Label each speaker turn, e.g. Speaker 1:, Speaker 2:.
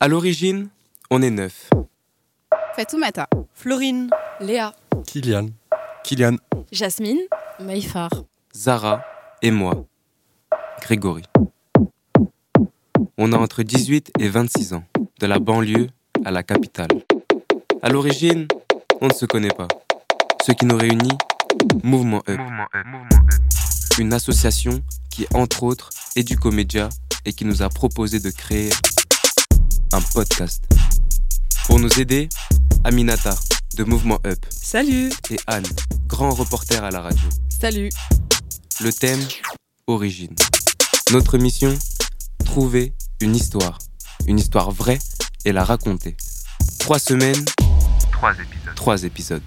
Speaker 1: À l'origine, on est neuf.
Speaker 2: Fatoumata,
Speaker 3: Florine,
Speaker 4: Léa,
Speaker 5: Kylian,
Speaker 6: Kylian,
Speaker 4: Jasmine, Maïfar.
Speaker 1: Zara et moi, Grégory. On a entre 18 et 26 ans, de la banlieue à la capitale. À l'origine, on ne se connaît pas. Ce qui nous réunit, Mouvement Up. Une association qui, entre autres, est du comédia et qui nous a proposé de créer un podcast. Pour nous aider, Aminata de Mouvement Up
Speaker 3: salut
Speaker 1: et Anne, grand reporter à la radio.
Speaker 3: Salut
Speaker 1: Le thème Origine. Notre mission Trouver une histoire. Une histoire vraie et la raconter. Trois semaines. Trois épisodes. Trois épisodes.